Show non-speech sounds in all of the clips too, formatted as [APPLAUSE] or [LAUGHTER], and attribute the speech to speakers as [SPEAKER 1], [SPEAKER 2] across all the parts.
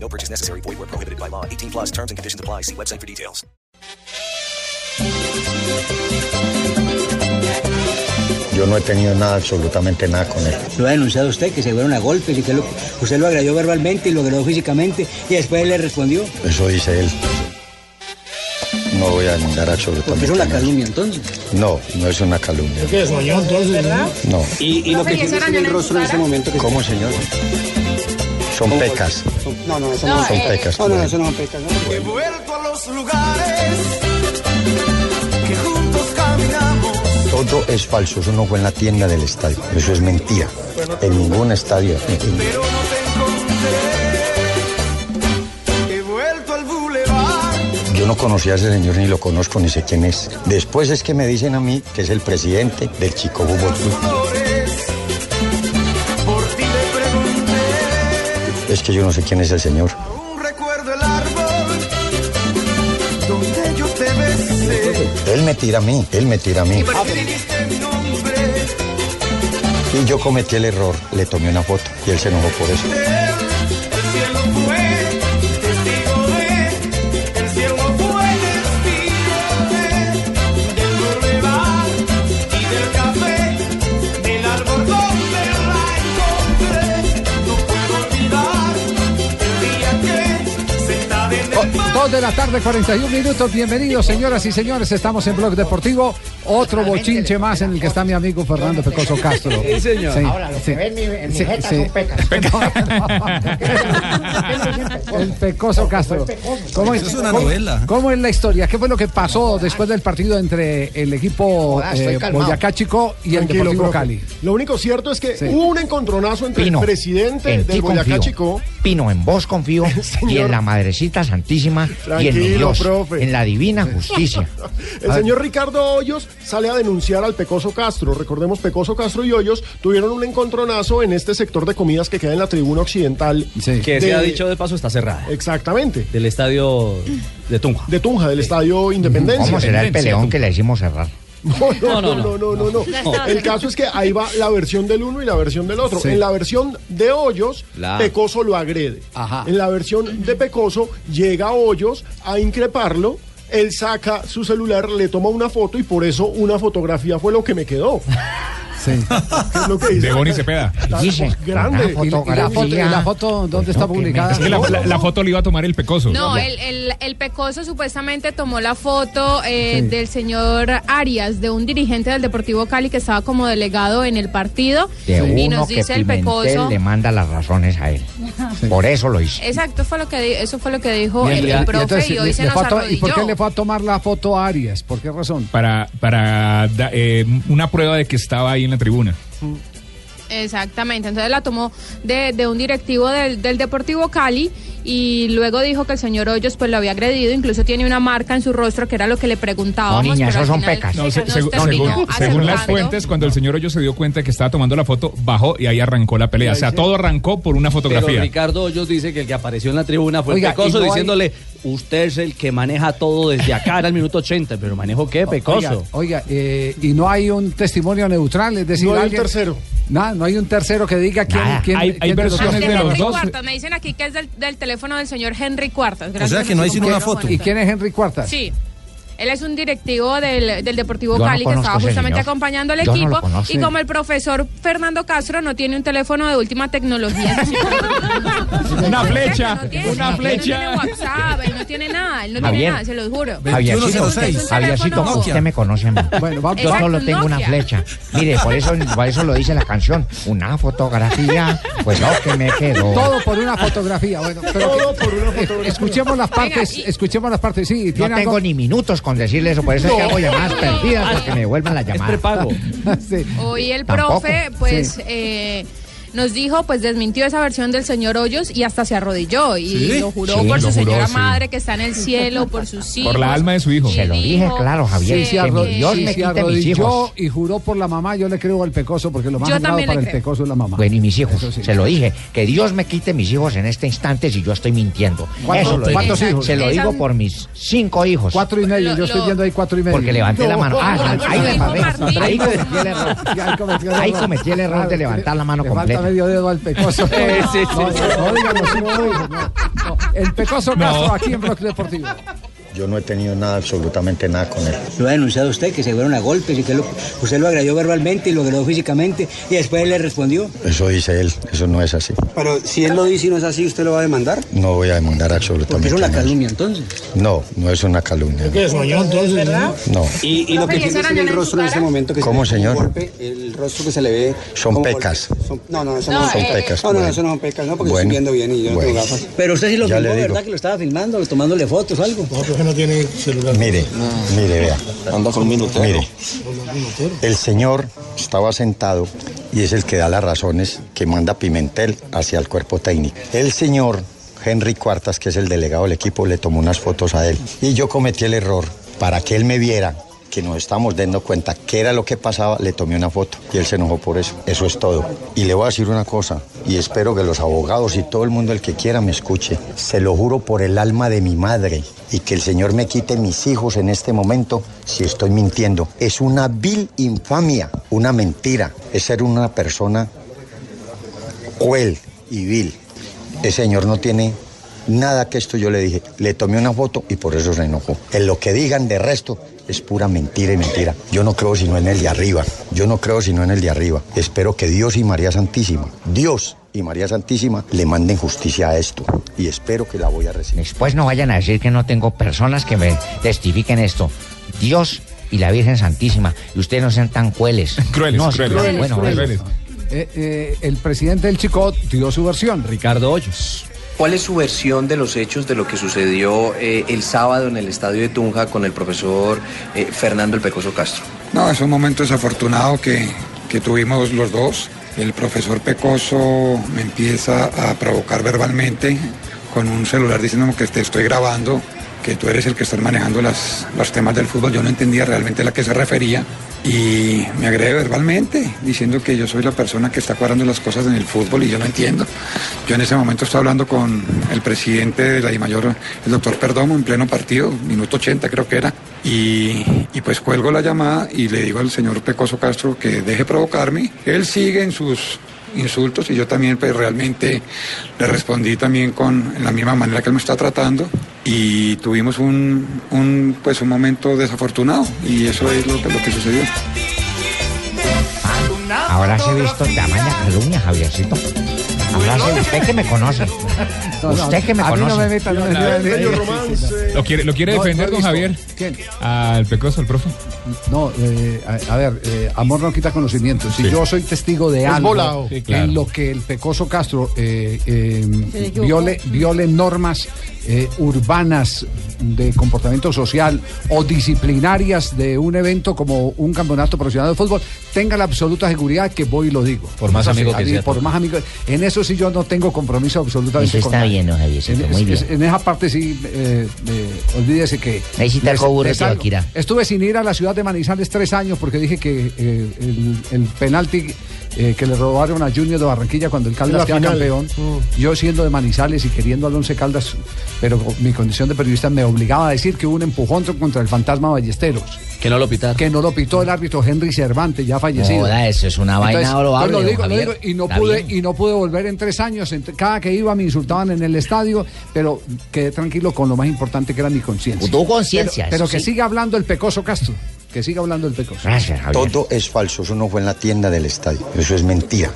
[SPEAKER 1] No purchase necessary. Void where prohibited by law. 18 plus terms and conditions apply. See website for details.
[SPEAKER 2] Yo no he tenido nada, absolutamente nada con él.
[SPEAKER 3] Lo ha denunciado usted, que se fueron a golpes y que lo- usted lo agredió verbalmente y lo agredió físicamente y después él le respondió.
[SPEAKER 2] Eso dice él. No voy a denunciar
[SPEAKER 3] Porque
[SPEAKER 2] absolutamente
[SPEAKER 3] es una
[SPEAKER 2] nada.
[SPEAKER 3] calumnia entonces.
[SPEAKER 2] No, no es una calumnia.
[SPEAKER 4] ¿Qué soñó entonces?
[SPEAKER 2] No.
[SPEAKER 3] Y, y lo
[SPEAKER 5] Profe,
[SPEAKER 3] que
[SPEAKER 5] ¿y eso era
[SPEAKER 3] tiene es en
[SPEAKER 5] en
[SPEAKER 3] el
[SPEAKER 5] el
[SPEAKER 3] rostro en ese
[SPEAKER 5] Sara?
[SPEAKER 3] momento que
[SPEAKER 2] ¿Cómo, señor? Son pecas.
[SPEAKER 3] No, no, eso no,
[SPEAKER 2] Son pecas.
[SPEAKER 3] no, no, eso no son pecas, no.
[SPEAKER 6] He vuelto a los lugares que juntos caminamos.
[SPEAKER 2] Todo es falso. Eso no fue en la tienda del estadio. Eso es mentira. En ningún estadio.
[SPEAKER 6] Pero no te encontré. He vuelto al bulevar.
[SPEAKER 2] Yo no conocía a ese señor ni lo conozco ni sé quién es. Después es que me dicen a mí que es el presidente del Chico Fútbol Club.
[SPEAKER 6] Colores. Por ti le pregunté.
[SPEAKER 2] Es que yo no sé quién es el señor.
[SPEAKER 6] Aún recuerdo el árbol donde yo te besé.
[SPEAKER 2] Él me tira a mí. Él me tira a mí.
[SPEAKER 6] Escribiste mi nombre.
[SPEAKER 2] Y yo cometí el error. Le tomé una foto y él se enojó por eso.
[SPEAKER 6] El cielo fue testigo de, el cielo fue testigo de, del boulevard y del café, del árbol donde la encontré. No puedo olvidar el día que, sentada en
[SPEAKER 4] Oh,
[SPEAKER 6] el mar,
[SPEAKER 4] Dos de la tarde, 41 minutos. Bienvenidos, señoras y señores. Estamos en Blog Deportivo. Otro bochinche más en el que está mi amigo Fernando Pecoso Castro. Sí, señor.
[SPEAKER 7] Ahora, lo que ve en mi, en mi
[SPEAKER 4] Sí,
[SPEAKER 7] jeta
[SPEAKER 4] sí.
[SPEAKER 7] son pecas.
[SPEAKER 4] El Pecoso Castro. ¿Cómo es, cómo- cómo es la historia? ¿Qué fue lo que pasó después del partido entre el equipo
[SPEAKER 7] Joder, estoy
[SPEAKER 4] eh,
[SPEAKER 7] calmado.
[SPEAKER 4] Boyacá Chico y el
[SPEAKER 8] Tranquilo,
[SPEAKER 4] Deportivo
[SPEAKER 8] profe.
[SPEAKER 4] Cali?
[SPEAKER 8] Lo único cierto es que
[SPEAKER 4] Sí.
[SPEAKER 8] hubo un encontronazo entre
[SPEAKER 7] Pino,
[SPEAKER 8] el presidente
[SPEAKER 7] en ti
[SPEAKER 8] del Boyacá
[SPEAKER 7] confío.
[SPEAKER 8] Chico.
[SPEAKER 7] Pino, en vos confío
[SPEAKER 8] Señor.
[SPEAKER 7] y en la Madrecita Santísima y en mi
[SPEAKER 8] Tranquilo,
[SPEAKER 7] Dios,
[SPEAKER 8] profe.
[SPEAKER 7] en la divina justicia.
[SPEAKER 4] Ah.
[SPEAKER 8] El señor Ricardo Hoyos sale a denunciar al Pecoso Castro. Recordemos, Pecoso Castro y Hoyos tuvieron un encontronazo en este sector de comidas que queda en la tribuna occidental.
[SPEAKER 4] Sí.
[SPEAKER 9] Que
[SPEAKER 8] De-
[SPEAKER 9] se ha dicho de paso está cerrada.
[SPEAKER 8] Exactamente.
[SPEAKER 9] Del estadio de Tunja.
[SPEAKER 8] De Tunja, del Estadio Independencia.
[SPEAKER 7] ¿Cómo será el peleón que le hicimos cerrar?
[SPEAKER 8] No,
[SPEAKER 9] No,
[SPEAKER 8] no, no,
[SPEAKER 9] no,
[SPEAKER 8] no, no, no, no.
[SPEAKER 10] No.
[SPEAKER 8] El caso es que ahí va la versión del uno y la versión del otro.
[SPEAKER 4] Sí.
[SPEAKER 8] En la versión de Hoyos,
[SPEAKER 9] La-
[SPEAKER 8] Pecoso lo agrede.
[SPEAKER 4] Ajá.
[SPEAKER 8] En la versión de Pecoso, llega Hoyos a increparlo. Él saca su celular, le toma una foto y por eso una fotografía fue lo que
[SPEAKER 5] [LAUGHS]
[SPEAKER 8] me quedó.
[SPEAKER 4] Sí.
[SPEAKER 8] que es lo que dice.
[SPEAKER 11] Cepeda.
[SPEAKER 8] Está
[SPEAKER 7] Dice,
[SPEAKER 8] grande.
[SPEAKER 7] una
[SPEAKER 4] ¿Y la- y la foto, y la foto dónde está
[SPEAKER 7] No, que me-
[SPEAKER 4] publicada?
[SPEAKER 7] Es que
[SPEAKER 11] La, la- la foto le iba a tomar el pecoso.
[SPEAKER 5] No, el, el, el Pecoso supuestamente tomó la foto eh,
[SPEAKER 4] Sí.
[SPEAKER 5] del señor Arias, de un dirigente del Deportivo Cali que estaba como delegado en el partido.
[SPEAKER 7] De
[SPEAKER 5] Y
[SPEAKER 7] uno
[SPEAKER 5] nos
[SPEAKER 7] que
[SPEAKER 5] dice el
[SPEAKER 7] Pimentel
[SPEAKER 5] Pecoso.
[SPEAKER 7] le manda las razones a él. Por eso lo hizo.
[SPEAKER 5] Exacto, fue lo que di- eso fue lo que dijo
[SPEAKER 4] Y
[SPEAKER 5] el,
[SPEAKER 4] el-
[SPEAKER 5] el
[SPEAKER 4] y- y
[SPEAKER 5] profe
[SPEAKER 4] entonces,
[SPEAKER 5] y hoy
[SPEAKER 4] le-
[SPEAKER 5] se
[SPEAKER 4] le
[SPEAKER 5] nos
[SPEAKER 4] fue a to- ¿Y
[SPEAKER 5] arrodilló.
[SPEAKER 4] por qué le fue a tomar la foto a Arias? ¿Por qué razón?
[SPEAKER 11] Para, para da- eh, una prueba de que estaba ahí en la tribuna.
[SPEAKER 5] Exactamente, entonces la tomó de, de un directivo del, del Deportivo Cali y luego dijo que el señor Hoyos pues lo había agredido, incluso tiene una marca en su rostro que era lo que le preguntábamos.
[SPEAKER 7] No, niña,
[SPEAKER 5] pero
[SPEAKER 7] esos
[SPEAKER 5] al
[SPEAKER 7] son
[SPEAKER 5] final
[SPEAKER 7] pecas. No,
[SPEAKER 5] nos
[SPEAKER 11] se- segu-
[SPEAKER 5] terminó
[SPEAKER 11] según, según las
[SPEAKER 5] aceptando.
[SPEAKER 11] fuentes, cuando el señor Hoyo se dio cuenta que estaba tomando la foto, bajó y ahí arrancó la pelea. O sea, todo arrancó por una
[SPEAKER 9] Pero
[SPEAKER 11] fotografía.
[SPEAKER 9] Ricardo Hoyos dice que el que apareció en la tribuna fue
[SPEAKER 4] Oiga,
[SPEAKER 9] el Pecoso
[SPEAKER 4] y no hay-
[SPEAKER 9] diciéndole, usted es el que maneja todo desde acá, era el minuto 80, pero manejo qué, Pecoso.
[SPEAKER 4] Oiga, oiga, eh, y no hay un testimonio neutral, es decir,
[SPEAKER 8] No hay un
[SPEAKER 4] alguien-
[SPEAKER 8] tercero.
[SPEAKER 4] Nada, no hay un tercero que diga quién.
[SPEAKER 7] Nada.
[SPEAKER 4] quién-
[SPEAKER 11] Hay- hay
[SPEAKER 4] quién los
[SPEAKER 11] versiones
[SPEAKER 5] Ah,
[SPEAKER 11] de
[SPEAKER 5] de
[SPEAKER 4] dos.
[SPEAKER 11] los
[SPEAKER 5] Henry
[SPEAKER 11] dos.
[SPEAKER 5] Cuartas, me dicen aquí que es del, del teléfono del señor Henry Cuartas.
[SPEAKER 6] O sea, que no hicieron una foto.
[SPEAKER 4] ¿Y quién es Henry Cuartas?
[SPEAKER 5] Sí. Él es un directivo del, del Deportivo
[SPEAKER 7] Yo no
[SPEAKER 5] Cali que
[SPEAKER 7] conozco
[SPEAKER 5] estaba
[SPEAKER 7] ese
[SPEAKER 5] justamente
[SPEAKER 7] señor.
[SPEAKER 5] acompañando al
[SPEAKER 7] Yo no lo
[SPEAKER 5] equipo.
[SPEAKER 7] conozco.
[SPEAKER 5] y como el profesor Fernando Castro no tiene un teléfono de última tecnología. ese señor no
[SPEAKER 11] Una
[SPEAKER 5] tiene-
[SPEAKER 11] flecha,
[SPEAKER 5] no tiene-
[SPEAKER 11] una
[SPEAKER 5] Él
[SPEAKER 11] flecha.
[SPEAKER 5] no tiene WhatsApp, él no tiene nada, él no tiene
[SPEAKER 7] Javier.
[SPEAKER 5] nada, se los juro.
[SPEAKER 7] Javiercito,
[SPEAKER 5] 2106. Es un
[SPEAKER 7] Javiercito,
[SPEAKER 5] teléfono.
[SPEAKER 7] usted me conoce a mí.
[SPEAKER 4] Bueno, vamos.
[SPEAKER 7] Yo
[SPEAKER 5] Exacto,
[SPEAKER 7] solo tengo una
[SPEAKER 5] Nokia.
[SPEAKER 7] flecha. Mire, por eso, por eso lo dice la canción. Una fotografía, pues lo que me quedó.
[SPEAKER 4] Todo por una fotografía. Bueno, pero
[SPEAKER 8] Todo
[SPEAKER 4] que-
[SPEAKER 8] por una fotografía.
[SPEAKER 4] escuchemos las partes.
[SPEAKER 5] y-
[SPEAKER 4] Escuchemos las partes. Sí,
[SPEAKER 7] No
[SPEAKER 4] tiene
[SPEAKER 7] tengo
[SPEAKER 4] algo-
[SPEAKER 7] ni minutos con decirle eso, por eso es que hago llamadas perdidas, porque me devuelvan la
[SPEAKER 9] Es
[SPEAKER 7] llamada.
[SPEAKER 9] prepago.
[SPEAKER 4] Sí.
[SPEAKER 5] Hoy el
[SPEAKER 7] Tampoco.
[SPEAKER 5] profe, pues,
[SPEAKER 4] Sí.
[SPEAKER 5] eh, nos dijo, pues desmintió esa versión del señor Hoyos y hasta se arrodilló y
[SPEAKER 11] Sí,
[SPEAKER 5] lo juró
[SPEAKER 11] sí,
[SPEAKER 5] por
[SPEAKER 11] lo
[SPEAKER 5] su
[SPEAKER 11] juró,
[SPEAKER 5] señora
[SPEAKER 11] sí.
[SPEAKER 5] madre que está en el cielo, por sus hijos.
[SPEAKER 11] Por la alma de su hijo.
[SPEAKER 7] Se lo dije, claro, Javier.
[SPEAKER 4] Sí,
[SPEAKER 7] que
[SPEAKER 4] se,
[SPEAKER 7] mi
[SPEAKER 4] arro-
[SPEAKER 7] Dios
[SPEAKER 4] sí,
[SPEAKER 7] me
[SPEAKER 4] se
[SPEAKER 7] quite mis hijos.
[SPEAKER 4] arrodilló y juró por la mamá. Yo le creo al pecoso porque lo más
[SPEAKER 5] Yo
[SPEAKER 4] sagrado
[SPEAKER 5] también le
[SPEAKER 4] para el
[SPEAKER 5] creo.
[SPEAKER 4] pecoso es la mamá.
[SPEAKER 7] Bueno, y mis hijos, se lo dije, que Dios me quite mis hijos en este instante si yo estoy mintiendo.
[SPEAKER 4] ¿Cuántos-
[SPEAKER 7] Eso lo
[SPEAKER 4] cuántos
[SPEAKER 7] dije.
[SPEAKER 4] hijos?
[SPEAKER 7] Se
[SPEAKER 4] Esa-
[SPEAKER 7] lo digo por mis cinco hijos.
[SPEAKER 4] Cuatro y medio, yo estoy viendo ahí cuatro y medio.
[SPEAKER 7] Porque levanté la mano. Ah,
[SPEAKER 4] No,
[SPEAKER 7] ahí
[SPEAKER 4] no,
[SPEAKER 7] le
[SPEAKER 4] no,
[SPEAKER 7] paré.
[SPEAKER 4] no,
[SPEAKER 7] Ahí
[SPEAKER 4] no,
[SPEAKER 7] cometí
[SPEAKER 4] [LAUGHS]
[SPEAKER 7] el error.
[SPEAKER 4] Ahí cometí el error.
[SPEAKER 7] Ahí cometí el error de levantar la mano
[SPEAKER 4] Le falta
[SPEAKER 7] completa.
[SPEAKER 4] medio dedo al pecoso.
[SPEAKER 7] [LAUGHS] Sí, sí, sí.
[SPEAKER 4] No, no, no, dígalo, sí, no, dígalo, no, no. El pecoso
[SPEAKER 2] No.
[SPEAKER 4] Castro aquí en Bloque Deportivo.
[SPEAKER 2] Yo no he tenido nada, absolutamente nada con él.
[SPEAKER 3] Lo ha denunciado usted, que se fueron a golpes y que lo- usted lo agredió verbalmente y lo agredió físicamente y después le respondió.
[SPEAKER 2] Eso dice él, eso no es así.
[SPEAKER 3] Pero si él lo dice y no es así, ¿usted lo va a demandar?
[SPEAKER 2] No voy a demandar absolutamente
[SPEAKER 3] es una
[SPEAKER 2] nada.
[SPEAKER 3] calumnia entonces.
[SPEAKER 2] No, no es una calumnia.
[SPEAKER 3] ¿Qué soñó entonces? ¿Verdad?
[SPEAKER 2] No.
[SPEAKER 3] Y, y lo
[SPEAKER 2] Profe,
[SPEAKER 3] que
[SPEAKER 2] ¿y eso
[SPEAKER 3] tiene es
[SPEAKER 2] era
[SPEAKER 3] el
[SPEAKER 2] en
[SPEAKER 3] rostro
[SPEAKER 2] su
[SPEAKER 3] en este
[SPEAKER 2] cara?
[SPEAKER 3] momento que
[SPEAKER 2] ¿Cómo,
[SPEAKER 3] se le-
[SPEAKER 2] señor?
[SPEAKER 3] un golpe, el rostro que se le ve
[SPEAKER 2] Son pecas.
[SPEAKER 3] No, no, eso no,
[SPEAKER 2] No, eh,
[SPEAKER 3] es-
[SPEAKER 2] Son pecas,
[SPEAKER 3] No, no,
[SPEAKER 2] bueno.
[SPEAKER 3] eso no son pecas, no, porque
[SPEAKER 2] Bueno,
[SPEAKER 3] estoy viendo bien y yo
[SPEAKER 2] bueno.
[SPEAKER 3] no tengo gafas. Pero usted sí lo
[SPEAKER 2] Ya
[SPEAKER 3] filmó,
[SPEAKER 2] le digo.
[SPEAKER 3] ¿verdad? Que lo estaba filmando, tomándole fotos o algo. No, pero no tiene celular.
[SPEAKER 2] Mire, mire, vea. Anda con minutero. Mire, el señor estaba sentado y es el que da las razones que manda Pimentel hacia el cuerpo técnico. El señor Henry Cuartas, que es el delegado del equipo, le tomó unas fotos a él. Y yo cometí el error para que él me viera que nos estábamos dando cuenta qué era lo que pasaba, le tomé una foto y él se enojó por eso. Eso es todo. Y le voy a decir una cosa, y espero que los abogados y todo el mundo el que quiera me escuche. Se lo juro por el alma de mi madre y que el Señor me quite mis hijos en este momento si estoy mintiendo. Es una vil infamia, una mentira. Es ser una persona cruel y vil. Ese señor no tiene nada que esto yo le dije. Le tomé una foto y por eso se enojó. En lo que digan de resto es pura mentira y mentira. Yo no creo sino en el de arriba. Yo no creo sino en el de arriba. Espero que Dios y María Santísima, Dios y María Santísima le manden justicia a esto. Y espero que la voy a recibir.
[SPEAKER 7] Después no vayan a decir que no tengo personas que me testifiquen esto. Dios y la Virgen Santísima. Y ustedes no sean tan cueles.
[SPEAKER 11] [LAUGHS] Crueles,
[SPEAKER 7] No, sí,
[SPEAKER 11] crueles,
[SPEAKER 7] bueno,
[SPEAKER 11] crueles,
[SPEAKER 7] bueno.
[SPEAKER 11] crueles.
[SPEAKER 4] Eh, eh, el presidente del Chico dio su versión.
[SPEAKER 12] Ricardo Hoyos. ¿Cuál es su versión de los hechos de lo que sucedió eh, el sábado en el estadio de Tunja con el profesor eh, Fernando El Pecoso Castro?
[SPEAKER 13] No, es un momento desafortunado que, que tuvimos los dos. El profesor Pecoso me empieza a provocar verbalmente con un celular diciéndome que te estoy grabando, que tú eres el que estás manejando las, los temas del fútbol. Yo no entendía realmente a la que se refería y me agrede verbalmente diciendo que yo soy la persona que está cuadrando las cosas en el fútbol y yo no entiendo. Yo en ese momento estaba hablando con el presidente de la DIMAYOR, el doctor Perdomo, en pleno partido, minuto 80 creo que era, y, y pues cuelgo la llamada y le digo al señor Pecoso Castro que deje provocarme. Él sigue en sus insultos y yo también pues realmente le respondí también con en la misma manera que él me está tratando y tuvimos un, un, pues un momento desafortunado y eso es lo que- lo que sucedió.
[SPEAKER 7] Ahora se ha visto tamaña calumnia, Javiercito. Ahora se usted que me conoce.
[SPEAKER 4] No, no,
[SPEAKER 7] usted que me
[SPEAKER 4] a mí no me
[SPEAKER 7] conoce.
[SPEAKER 4] meta, no me meta.
[SPEAKER 11] [LAUGHS] ¿Lo quiere, lo quiere
[SPEAKER 4] No,
[SPEAKER 11] defender,
[SPEAKER 4] no
[SPEAKER 11] don
[SPEAKER 4] he visto.
[SPEAKER 11] Javier?
[SPEAKER 4] ¿Quién?
[SPEAKER 11] Al pecoso, el profe.
[SPEAKER 4] No, eh, a, a ver, eh, amor no quita conocimiento. Si
[SPEAKER 11] Sí.
[SPEAKER 4] yo soy testigo de
[SPEAKER 11] Es
[SPEAKER 4] algo
[SPEAKER 11] volado. Sí, claro.
[SPEAKER 4] en lo que el pecoso Castro eh, eh,
[SPEAKER 14] Se equivocó.
[SPEAKER 4] viole, viole normas eh, urbanas de comportamiento social o disciplinarias de un evento como un campeonato profesional de fútbol, tenga la absoluta seguridad que voy y lo digo.
[SPEAKER 9] Por más
[SPEAKER 4] O sea,
[SPEAKER 9] amigo
[SPEAKER 4] sí,
[SPEAKER 9] que
[SPEAKER 4] a mí,
[SPEAKER 9] sea.
[SPEAKER 4] Por más amigo. En eso sí yo no tengo compromiso absolutamente
[SPEAKER 7] Eso
[SPEAKER 4] con
[SPEAKER 7] está
[SPEAKER 4] nadie.
[SPEAKER 7] bien, don Javiercito,
[SPEAKER 4] En-
[SPEAKER 7] muy
[SPEAKER 4] es-
[SPEAKER 7] bien.
[SPEAKER 4] es- en esa parte sí, eh, eh, olvídese que...
[SPEAKER 7] Ahí sí te
[SPEAKER 4] les-
[SPEAKER 7] algo burro,
[SPEAKER 4] les salgo.
[SPEAKER 7] Tibaquirá.
[SPEAKER 4] Estuve sin ir a la ciudad de Manizales tres años porque dije que eh, el, el penalti eh, que le robaron a Junior de Barranquilla cuando el Caldas
[SPEAKER 8] La
[SPEAKER 4] queda
[SPEAKER 8] final. Mm.
[SPEAKER 4] campeón, yo siendo de Manizales y queriendo al Once Caldas, pero con mi condición de periodista me obligaba a decir que hubo un empujón contra el fantasma Ballesteros.
[SPEAKER 9] Que no lo pitaron.
[SPEAKER 4] Que no lo pitó el árbitro Henry Cervantes, ya fallecido.
[SPEAKER 7] Joda, eso es una vaina
[SPEAKER 4] Entonces,
[SPEAKER 7] lo
[SPEAKER 4] yo
[SPEAKER 7] hablo,
[SPEAKER 4] lo digo,
[SPEAKER 7] don
[SPEAKER 4] lo digo,
[SPEAKER 7] Javier.
[SPEAKER 4] y no
[SPEAKER 7] Está
[SPEAKER 4] pude
[SPEAKER 7] bien.
[SPEAKER 4] y no pude volver en tres años. Ent- Cada que iba me insultaban en el estadio, pero quedé tranquilo con lo más importante que era mi conciencia.
[SPEAKER 7] Tu conciencia,
[SPEAKER 4] Pero, pero
[SPEAKER 7] eso
[SPEAKER 4] que
[SPEAKER 7] sí.
[SPEAKER 4] siga hablando el pecoso Castro. Que siga hablando el pecoso.
[SPEAKER 2] Todo es falso, eso no fue en la tienda del estadio, eso es mentira.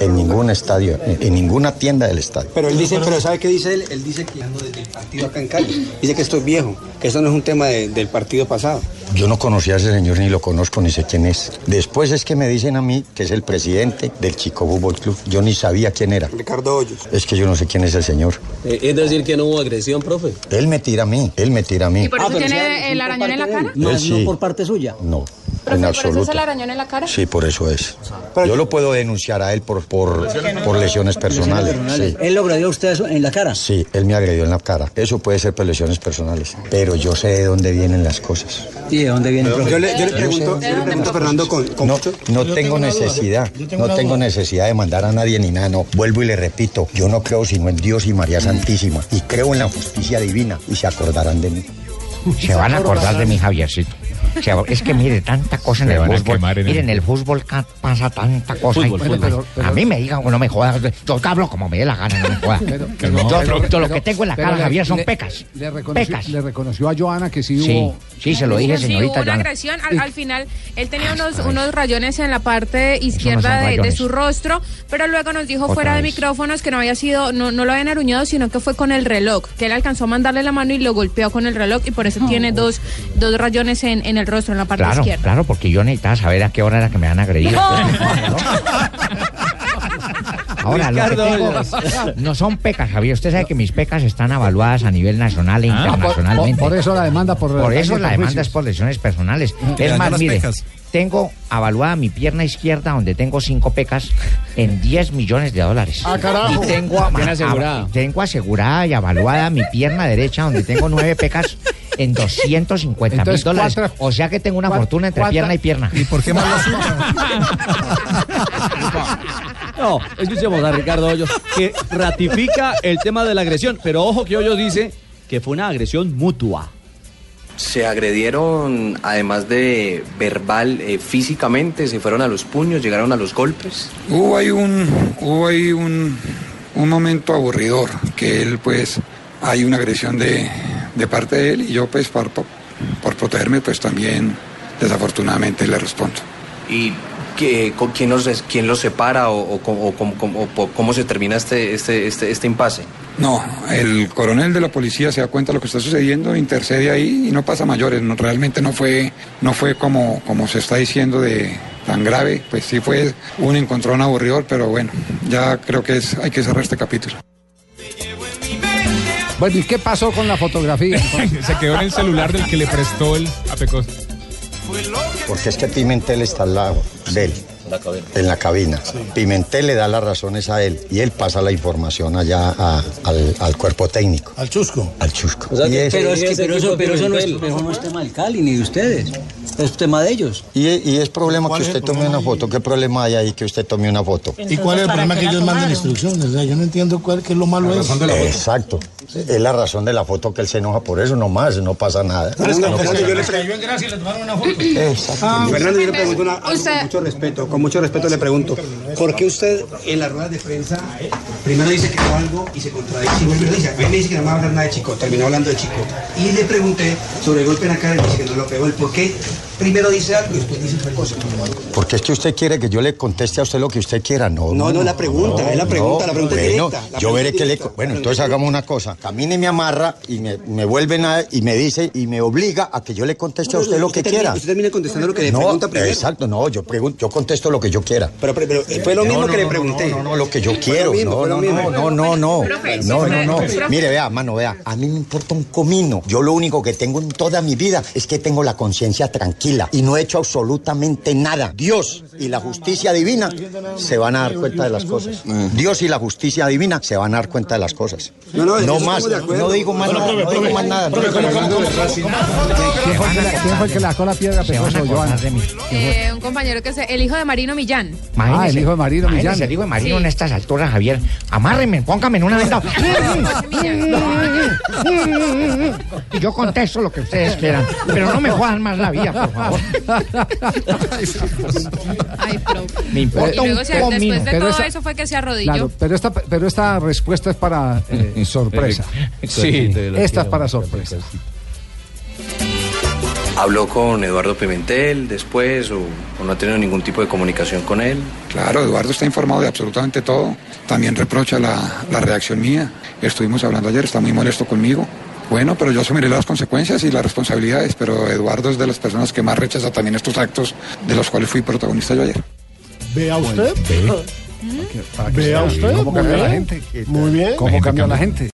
[SPEAKER 2] En ningún estadio, en en ninguna tienda del estadio.
[SPEAKER 3] Pero él dice, pero ¿sabe qué dice él? Él dice que ando desde el partido acá en Cali. Dice que esto es viejo, que eso no es un tema de- del partido pasado.
[SPEAKER 2] Yo no conocía a ese señor, ni lo conozco, ni sé quién es. Después es que me dicen a mí que es el presidente del Chico Fútbol Club. Yo ni sabía quién era.
[SPEAKER 15] Ricardo Hoyos.
[SPEAKER 2] Es que yo no sé quién es el señor.
[SPEAKER 3] Eh,
[SPEAKER 15] es decir, que no hubo agresión, profe.
[SPEAKER 2] Él me tira a mí, él me tira a mí.
[SPEAKER 5] ¿Y por eso tiene el arañón en la cara?
[SPEAKER 2] Él Eh, sí.
[SPEAKER 3] parte suya.
[SPEAKER 2] No,
[SPEAKER 8] Profe,
[SPEAKER 2] en
[SPEAKER 8] ¿por eso
[SPEAKER 2] absoluto.
[SPEAKER 8] es el arañón en la cara?
[SPEAKER 2] Sí, por eso es. Yo lo puedo denunciar a él por, por, por lesiones personales. sí.
[SPEAKER 16] ¿Él lo agredió a usted eso en la cara?
[SPEAKER 2] Sí, él me agredió en la cara. Eso puede ser por lesiones personales. Pero yo sé de dónde vienen las cosas.
[SPEAKER 16] ¿Y de dónde viene?
[SPEAKER 3] Yo le, yo le pregunto, yo le pregunto a Fernando con, con
[SPEAKER 2] No,
[SPEAKER 3] mucho-
[SPEAKER 2] no tengo necesidad, no tengo necesidad de mandar a nadie ni nada, no. Vuelvo y le repito, yo no creo sino en Dios y María Santísima, y creo en la justicia divina, y se acordarán de mí.
[SPEAKER 7] Se van a acordar de mi Javiercito. Se va- Es que mire, tanta cosa en
[SPEAKER 2] Se
[SPEAKER 7] el
[SPEAKER 2] van a
[SPEAKER 7] fútbol.
[SPEAKER 2] quemar en el-
[SPEAKER 7] Miren, el fútbol ca- pasa tanta cosa.
[SPEAKER 2] Fútbol,
[SPEAKER 7] Ay,
[SPEAKER 2] fútbol.
[SPEAKER 7] ay,
[SPEAKER 2] Pero- pero-
[SPEAKER 7] a mí me digan, no me jodas. Yo hablo como me dé la gana, no [LAUGHS] me jodas.
[SPEAKER 17] Pero-
[SPEAKER 7] Yo-
[SPEAKER 17] pero-
[SPEAKER 7] yo,
[SPEAKER 17] pero-
[SPEAKER 7] yo lo
[SPEAKER 17] pero-
[SPEAKER 7] que tengo en la
[SPEAKER 17] pero
[SPEAKER 7] cara,
[SPEAKER 17] le-
[SPEAKER 7] Javier, son
[SPEAKER 17] le-
[SPEAKER 7] pecas.
[SPEAKER 17] Le reconoció,
[SPEAKER 7] Pecas.
[SPEAKER 17] le reconoció a Joana que sí
[SPEAKER 7] Sí,
[SPEAKER 17] hubo.
[SPEAKER 7] sí, se lo dije,
[SPEAKER 8] Sí, hubo
[SPEAKER 7] señorita.
[SPEAKER 8] una
[SPEAKER 7] Joana.
[SPEAKER 8] agresión. Al, al final, él tenía unos,
[SPEAKER 7] Ay.
[SPEAKER 8] unos rayones en la parte izquierda de- de,
[SPEAKER 7] rayones.
[SPEAKER 8] su rostro, pero luego nos dijo
[SPEAKER 7] Otra
[SPEAKER 8] fuera de
[SPEAKER 7] vez.
[SPEAKER 8] micrófonos que no había sido, no, no lo habían aruñado, sino que fue con el reloj, que él alcanzó a mandarle la mano y lo golpeó con el reloj, y por eso tiene dos, dos rayones en, en el rostro, en la parte
[SPEAKER 7] Claro,
[SPEAKER 8] izquierda.
[SPEAKER 7] claro, porque yo necesitaba saber a qué hora era que me han agredido. [LAUGHS] Ahora, lo que
[SPEAKER 18] Ricardo
[SPEAKER 7] tengo
[SPEAKER 18] Ollas.
[SPEAKER 7] no son pecas, Javier. Usted sabe que mis pecas están evaluadas a nivel nacional e internacionalmente.
[SPEAKER 17] Por, por eso la demanda por
[SPEAKER 7] Por eso la demanda
[SPEAKER 17] prejuicios.
[SPEAKER 7] es por lesiones personales.
[SPEAKER 17] Le
[SPEAKER 7] Es
[SPEAKER 17] dan
[SPEAKER 7] más,
[SPEAKER 17] las
[SPEAKER 7] mire,
[SPEAKER 17] pecas.
[SPEAKER 7] tengo avaluada mi pierna izquierda, donde tengo cinco pecas, en 10 millones de dólares.
[SPEAKER 19] Ah, carajo.
[SPEAKER 7] Y tengo, ama-
[SPEAKER 19] Bien asegurada.
[SPEAKER 7] av- tengo asegurada y avaluada mi pierna derecha, donde tengo nueve pecas, en 250 mil
[SPEAKER 17] Entonces,
[SPEAKER 7] dólares.
[SPEAKER 17] cuatro-
[SPEAKER 7] o sea que tengo una
[SPEAKER 17] cuat-
[SPEAKER 7] fortuna entre
[SPEAKER 17] cuatro-
[SPEAKER 7] pierna y pierna. ¿Y por qué más
[SPEAKER 20] No, escuchemos a Ricardo Hoyos, que ratifica el tema de la agresión, pero ojo que Hoyos dice que fue una agresión mutua.
[SPEAKER 6] Se agredieron, además de verbal, eh, físicamente, se fueron a los puños, llegaron a los golpes.
[SPEAKER 4] Hubo ahí un, hubo ahí un, un momento aburridor, que él pues, hay una agresión de, de parte de él y yo pues por, por- por protegerme pues también desafortunadamente le respondo.
[SPEAKER 6] ¿Y que, con quién, los, es- quién los separa o, o cómo- o cómo- cómo- o po- cómo se termina este, este, este, este impasse?
[SPEAKER 4] No, el coronel de la policía se da cuenta de lo que está sucediendo, intercede ahí y no pasa a mayores. No, realmente no fue, no fue como, como se está diciendo de tan grave. Pues sí fue un encontrón aburridor, pero bueno, ya creo que es, hay que cerrar este capítulo.
[SPEAKER 17] Bueno, ¿y qué pasó con la fotografía?
[SPEAKER 21] [LAUGHS] Se quedó en el celular del que le prestó el a Pecos.
[SPEAKER 2] Porque es que Pimentel está al lado de él, en la cabina. Pimentel le da las razones a él y él pasa la información allá a- al, al cuerpo técnico. ¿Al chusco? Al chusco.
[SPEAKER 16] O sea,
[SPEAKER 2] Y
[SPEAKER 16] que-
[SPEAKER 2] es-
[SPEAKER 16] pero, es que- pero eso, pero eso no es, pero no es tema del Cali ni de ustedes. Es tema de ellos.
[SPEAKER 2] Y, y es problema que usted tome una foto. ¿Qué problema hay ahí que usted tome una foto?
[SPEAKER 22] ¿Y cuál es el problema que ellos manden instrucciones? O sea, yo no entiendo cuál que es lo malo es.
[SPEAKER 2] Exacto. Es la razón de la foto que él se enoja por eso nomás, no pasa nada. No pasa nada.
[SPEAKER 22] en gracia y le tomaron una foto.
[SPEAKER 2] Exacto.
[SPEAKER 3] Ah, Fernando, yo le pregunto una- algo
[SPEAKER 8] Usted-
[SPEAKER 3] con mucho respeto, con mucho respeto le pregunto, ¿por qué usted en las ruedas de prensa eh, primero dice que no algo y se contradice? Y vuelve y lo dice, a mí me dice que no me va a hablar nada de Chico, terminó hablando de Chico. Y le pregunté sobre el golpe en la cara y me dice que no lo pegó, el por qué primero dice algo y después dice otra cosa.
[SPEAKER 2] Porque es que usted quiere que yo le conteste a usted lo que usted quiera, no.
[SPEAKER 3] No, no, la pregunta, es la pregunta, la pregunta es
[SPEAKER 2] bueno,
[SPEAKER 3] directa, la
[SPEAKER 2] yo
[SPEAKER 3] pregunta
[SPEAKER 2] veré
[SPEAKER 3] es
[SPEAKER 2] que le.
[SPEAKER 3] directa.
[SPEAKER 2] Bueno, entonces hagamos una cosa. Camine y me amarra y me, me vuelve nada y me dice y me obliga a que yo le conteste a usted lo que
[SPEAKER 3] termina-
[SPEAKER 2] quiera.
[SPEAKER 3] usted termina contestando lo que le
[SPEAKER 2] No,
[SPEAKER 3] pregunta primero.
[SPEAKER 2] Exacto, no, yo, pregun- yo contesto lo que yo quiera.
[SPEAKER 3] Pero, pero, eh, fue lo
[SPEAKER 2] No,
[SPEAKER 3] mismo
[SPEAKER 2] no,
[SPEAKER 3] que le
[SPEAKER 2] no,
[SPEAKER 3] pregunté.
[SPEAKER 2] No, no, no, lo que yo quiero.
[SPEAKER 3] mismo,
[SPEAKER 2] No,
[SPEAKER 3] fue lo
[SPEAKER 2] no,
[SPEAKER 3] mismo.
[SPEAKER 2] no, no, no, no.
[SPEAKER 3] Profe, sí,
[SPEAKER 2] No,
[SPEAKER 3] profe,
[SPEAKER 2] no, no.
[SPEAKER 3] profe.
[SPEAKER 2] Mire, vea, mano, vea. A mí me importa un comino. Yo lo único que tengo en toda mi vida es que tengo la conciencia tranquila y no he hecho absolutamente nada. Dios y la justicia divina se van a dar cuenta de las cosas. Dios y la justicia divina se van a dar cuenta de las cosas.
[SPEAKER 3] No, no,
[SPEAKER 2] No
[SPEAKER 3] estamos
[SPEAKER 2] más.
[SPEAKER 3] de acuerdo.
[SPEAKER 2] No digo más
[SPEAKER 3] Bueno,
[SPEAKER 2] nada.
[SPEAKER 3] profe,
[SPEAKER 2] No digo
[SPEAKER 3] profe,
[SPEAKER 2] más nada.
[SPEAKER 3] profe, ¿cómo, cómo, cómo, cómo?
[SPEAKER 17] ¿Quién fue el que la- quién fue el que la cola piedra a Pecoso, Joana?
[SPEAKER 8] Eh, un compañero que se, el hijo de Marino Millán.
[SPEAKER 7] Imagínese,
[SPEAKER 17] Ah, el hijo de Marino
[SPEAKER 7] imagínese,
[SPEAKER 17] Millán.
[SPEAKER 7] El hijo de Marino
[SPEAKER 8] Sí.
[SPEAKER 7] en estas alturas, Javier. Amárreme, póngame en una venda. [LAUGHS] Y yo contesto lo que ustedes quieran. Pero no me jodan más la vida,
[SPEAKER 17] [LAUGHS]
[SPEAKER 7] por favor. Me
[SPEAKER 8] Y
[SPEAKER 7] importa un
[SPEAKER 8] luego se- después de
[SPEAKER 17] Pero
[SPEAKER 8] todo
[SPEAKER 17] esa-
[SPEAKER 8] eso fue que se arrodilló.
[SPEAKER 17] Claro, pero esta, pero esta respuesta es para
[SPEAKER 7] [LAUGHS]
[SPEAKER 17] eh, sorpresa.
[SPEAKER 6] Sí, te lo
[SPEAKER 17] Esta es
[SPEAKER 6] quiero
[SPEAKER 17] para sorpresa.
[SPEAKER 6] ¿Habló con Eduardo Pimentel después o, o no ha tenido ningún tipo de comunicación con él?
[SPEAKER 4] Claro, Eduardo está informado de absolutamente todo. También reprocha la, la reacción mía. Estuvimos hablando ayer, está muy molesto conmigo. Bueno, pero yo asumiré las consecuencias y las responsabilidades, pero Eduardo es de las personas que más rechaza también estos actos de los cuales fui protagonista yo ayer.
[SPEAKER 19] Vea usted. ¿Eh?
[SPEAKER 17] Vea usted. ¿Cómo cambia la gente?
[SPEAKER 19] Muy bien.
[SPEAKER 17] ¿Cómo cambia la gente?